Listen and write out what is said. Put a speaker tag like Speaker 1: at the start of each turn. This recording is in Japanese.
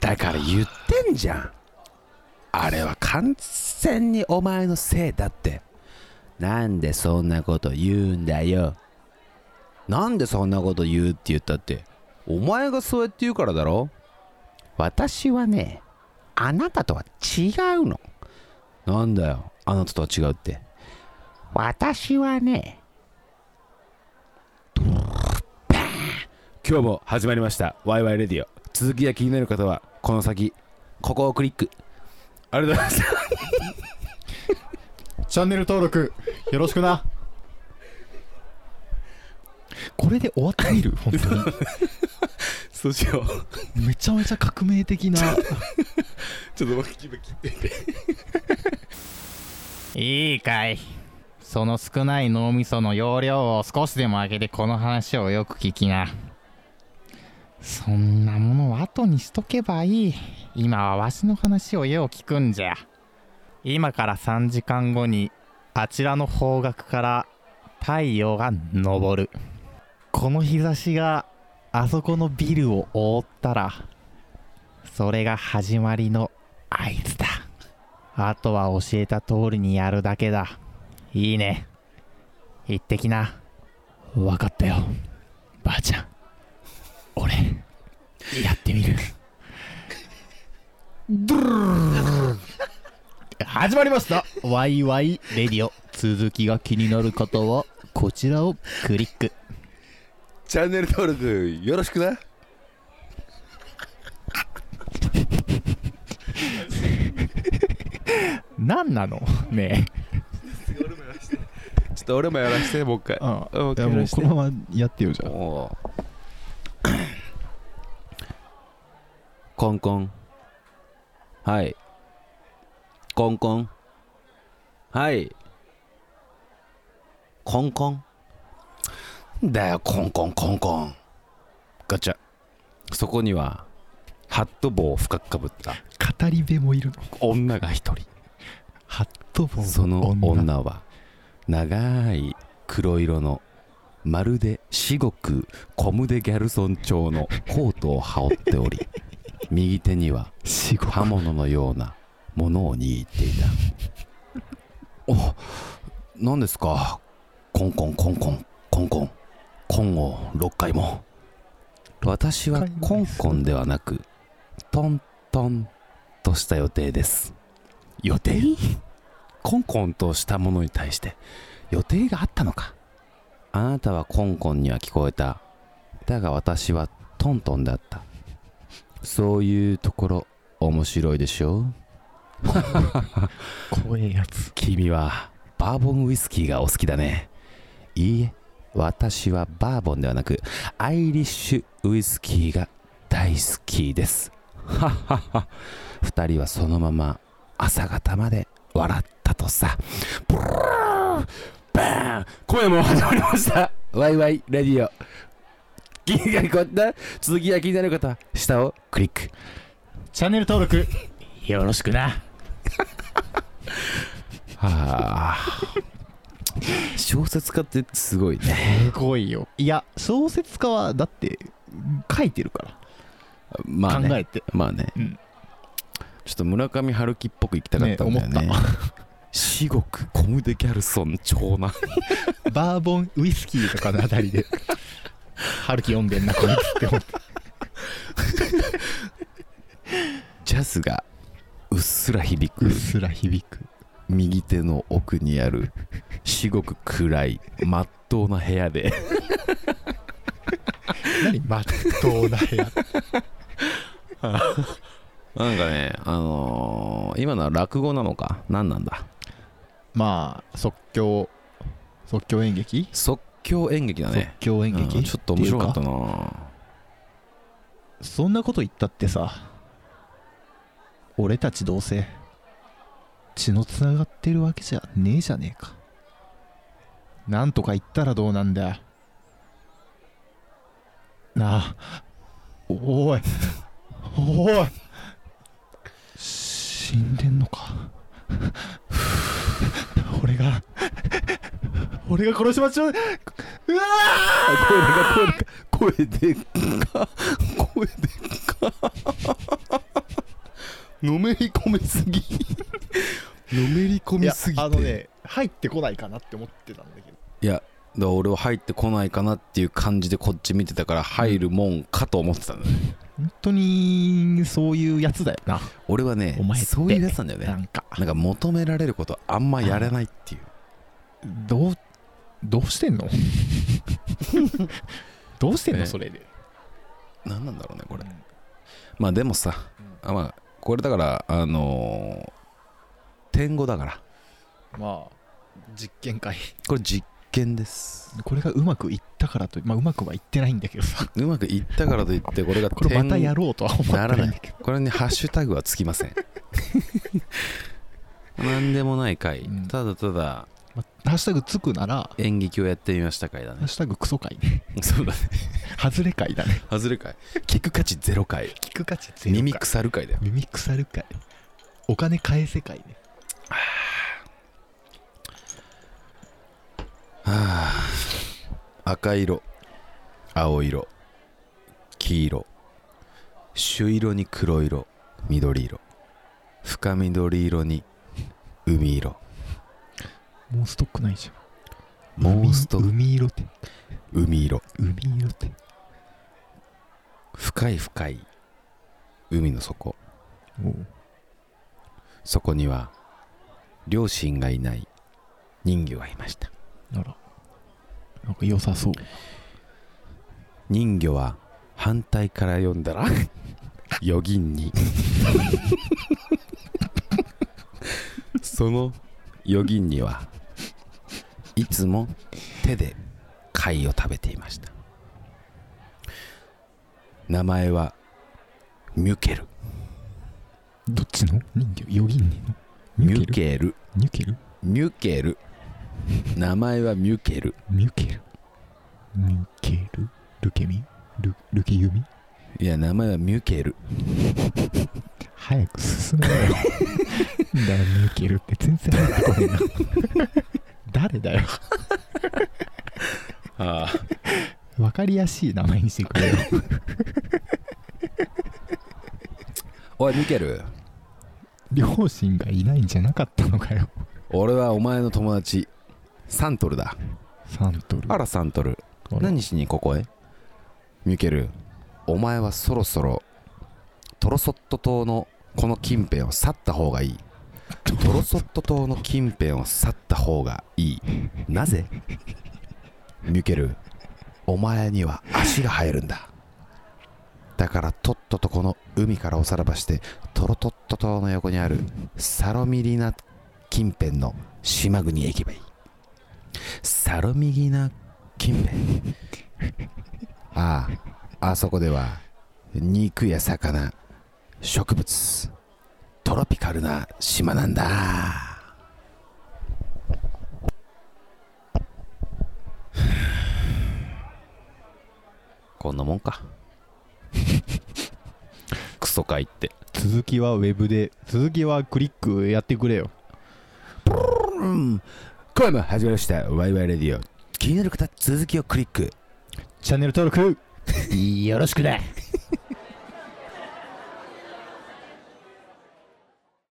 Speaker 1: だから言ってんじゃんあれは完全にお前のせいだってなんでそんなこと言うんだよなんでそんなこと言うって言ったってお前がそうやって言うからだろ私はねあなたとは違うのなんだよあなたとは違うって私はね
Speaker 2: 今日も始まりましたワイワイレディオ続きが気になる方はこの先
Speaker 1: ここをクリック
Speaker 2: ありがとうございます
Speaker 3: チャンネル登録よろしくな
Speaker 4: これで終わってみる本当に
Speaker 2: そうしよう
Speaker 4: めちゃめちゃ革命的な
Speaker 2: ちょっと待って今切って
Speaker 5: いいかいその少ない脳みその容量を少しでも上げてこの話をよく聞きなそんなものを後にしとけばいい今はわしの話をよう聞くんじゃ今から3時間後にあちらの方角から太陽が昇るこの日差しがあそこのビルを覆ったらそれが始まりの合図だあとは教えた通りにやるだけだ。いいね。行ってきな。
Speaker 4: 分かったよばあちゃん俺やってみる始まりましたワイワイレディオ続きが気になる方はこちらをクリック
Speaker 2: チャンネル登録よろしくな
Speaker 5: 何なのね
Speaker 2: ちょっと俺もやらしてもう一回
Speaker 4: あ
Speaker 2: もう一
Speaker 4: い
Speaker 2: 回
Speaker 4: や
Speaker 2: や
Speaker 4: も
Speaker 2: ら
Speaker 4: う
Speaker 2: して
Speaker 4: このままやってよじゃあ
Speaker 2: おー
Speaker 1: コンコンはいコンコンはいコンコンだよコンコンコンコンガチャそこにはハット帽を深くかぶった
Speaker 4: 語り部もいるの
Speaker 1: 女が一人
Speaker 4: ハットボン
Speaker 1: その女は長い黒色のまるで至極コムデギャルソン調のコートを羽織っており右手には
Speaker 4: 死後
Speaker 1: 刃物のようなものを握っていたお何ですかコンコンコンコンコンコンコンを6回も私はコンコンではなくトントンとした予定です予定コンコンとしたものに対して予定があったのかあなたはコンコンには聞こえただが私はトントンだったそういうところ面白いでしょ
Speaker 4: 怖えやつ
Speaker 1: 君はバーボンウイスキーがお好きだねいいえ私はバーボンではなくアイリッシュウイスキーが大好きですはっはっは二人はそのまま朝方まで笑ったとさブルーバーン今夜も始まりましたワイワイレディオ気になる方続きが気になる方は下をクリック
Speaker 3: チャンネル登録
Speaker 5: よろしくな。
Speaker 1: はあ小説家ってすごいね
Speaker 4: すごいよいや小説家はだって書いてるから、
Speaker 1: まあね
Speaker 4: 考えて
Speaker 1: まあね、
Speaker 4: うん
Speaker 1: ちょっと村上春樹っぽく行きたかったんだよね
Speaker 4: ね思
Speaker 1: 至極コムデ・ギャルソン長 男
Speaker 4: バーボンウイスキーとかのあたりで春樹読んでんなこいつって思って
Speaker 1: ジャズがうっすら響
Speaker 4: う
Speaker 1: く
Speaker 4: っすら響く
Speaker 1: 右手の奥にある至極暗いまっとうな部屋で
Speaker 4: 何まっとうな部屋
Speaker 1: なんかねあのー今のは落語なのか何なんだ
Speaker 4: まあ即興即興演劇、
Speaker 1: 即興演劇だね
Speaker 4: 即興演劇、
Speaker 1: うんちょっと面白かったな
Speaker 4: そんなこと言ったってさ俺たちどうせ血のつながってるわけじゃねえじゃねえかなんとか言ったらどうなんだよなあおいおい死んでんのか 俺が俺が殺しましょううわ
Speaker 1: 声でっか声でっか声でっかのめり込みすぎのめり込
Speaker 4: い
Speaker 1: み
Speaker 4: や
Speaker 1: すぎて
Speaker 4: あのね入ってこないかなって思ってたんだけど
Speaker 1: だから俺は入ってこないかなっていう感じでこっち見てたから入るもんかと思ってたんだね、
Speaker 4: 本当にそういうやつだよな
Speaker 1: 俺はね
Speaker 4: お前って
Speaker 1: そういうやつなんだよ
Speaker 4: な
Speaker 1: ね
Speaker 4: んか
Speaker 1: なんか求められることあんまやらないっていう
Speaker 4: どうどうしてん のどうしてんの
Speaker 1: ね
Speaker 4: それで
Speaker 1: 何なんだろうねこれ
Speaker 4: うん
Speaker 1: まあでもさ、あまあこれだからあのー、天狗だから
Speaker 4: まあ実験会
Speaker 1: これ実験です
Speaker 4: これがうまくいったからとまあうまくはいってないんだけど さ
Speaker 1: うまくいったからといってこれが
Speaker 4: これまた
Speaker 1: 天
Speaker 4: やろうとは思って
Speaker 1: なら
Speaker 4: な
Speaker 1: な
Speaker 4: いんだ
Speaker 1: い
Speaker 4: けど
Speaker 1: これにハッシュタグはつきませ んなんでもない回
Speaker 4: うん
Speaker 1: ただただ
Speaker 4: まあハッシュタグつくなら
Speaker 1: 演劇をやってみました回だ
Speaker 4: ハッ
Speaker 1: ね
Speaker 4: シュタグクソ会ね
Speaker 1: そうだね
Speaker 4: 外れ会だね
Speaker 1: 外れ 回聞く価値ゼロ回
Speaker 4: 聞く価値ゼロ
Speaker 1: 耳腐る回だよ
Speaker 4: 耳腐る会お金返せ会ね
Speaker 1: はあ赤色青色黄色朱色に黒色緑色深緑色に海色
Speaker 4: もうストックないじゃん
Speaker 1: モンスト
Speaker 4: 海海色って
Speaker 1: 海色
Speaker 4: 海色って
Speaker 1: 深い深い海の底
Speaker 4: おう
Speaker 1: そこには両親がいない人魚がいました
Speaker 4: あらなんか良さそう
Speaker 1: 人魚は反対から読んだ ら余銀にその余銀にはいつも手で貝を食べていました名前はミュケル
Speaker 4: どっちの人魚ヨギンニの
Speaker 1: ミュケル
Speaker 4: ニュケル
Speaker 1: ミュケル名前はミュケル
Speaker 4: ミュケルミュケルルケミルルケユミ
Speaker 1: いや名前はミュケル
Speaker 4: 早く進めよ だからミュケルって全然入ってこないな 誰だよ
Speaker 1: ああ
Speaker 4: 分かりやすい名前にしてくれよ
Speaker 1: おいミュケル
Speaker 4: 両親がいないんじゃなかったのかよ
Speaker 1: 俺はお前の友達サントルだ
Speaker 4: サントル
Speaker 1: あらサントル
Speaker 4: あら
Speaker 1: 何しにここへミュケルお前はそろそろトロソット島のこの近辺を去った方がいいトロソット島の近辺を去った方がいいなぜミュケルお前には足が生えるんだだからとっととこの海からおさらばしてトロトット島の横にあるサロミリナ近辺の島国へ行けばいいサロミリナ近辺あああそこでは肉や魚植物トロピカルな島なんだこんなもんかクソかいって
Speaker 4: 続きはウェブで続きはクリックやってくれよ
Speaker 1: 今夜も始まりましたワイワイレディオ気になる方続きをクリック
Speaker 3: チャンネル登録
Speaker 1: よろしくね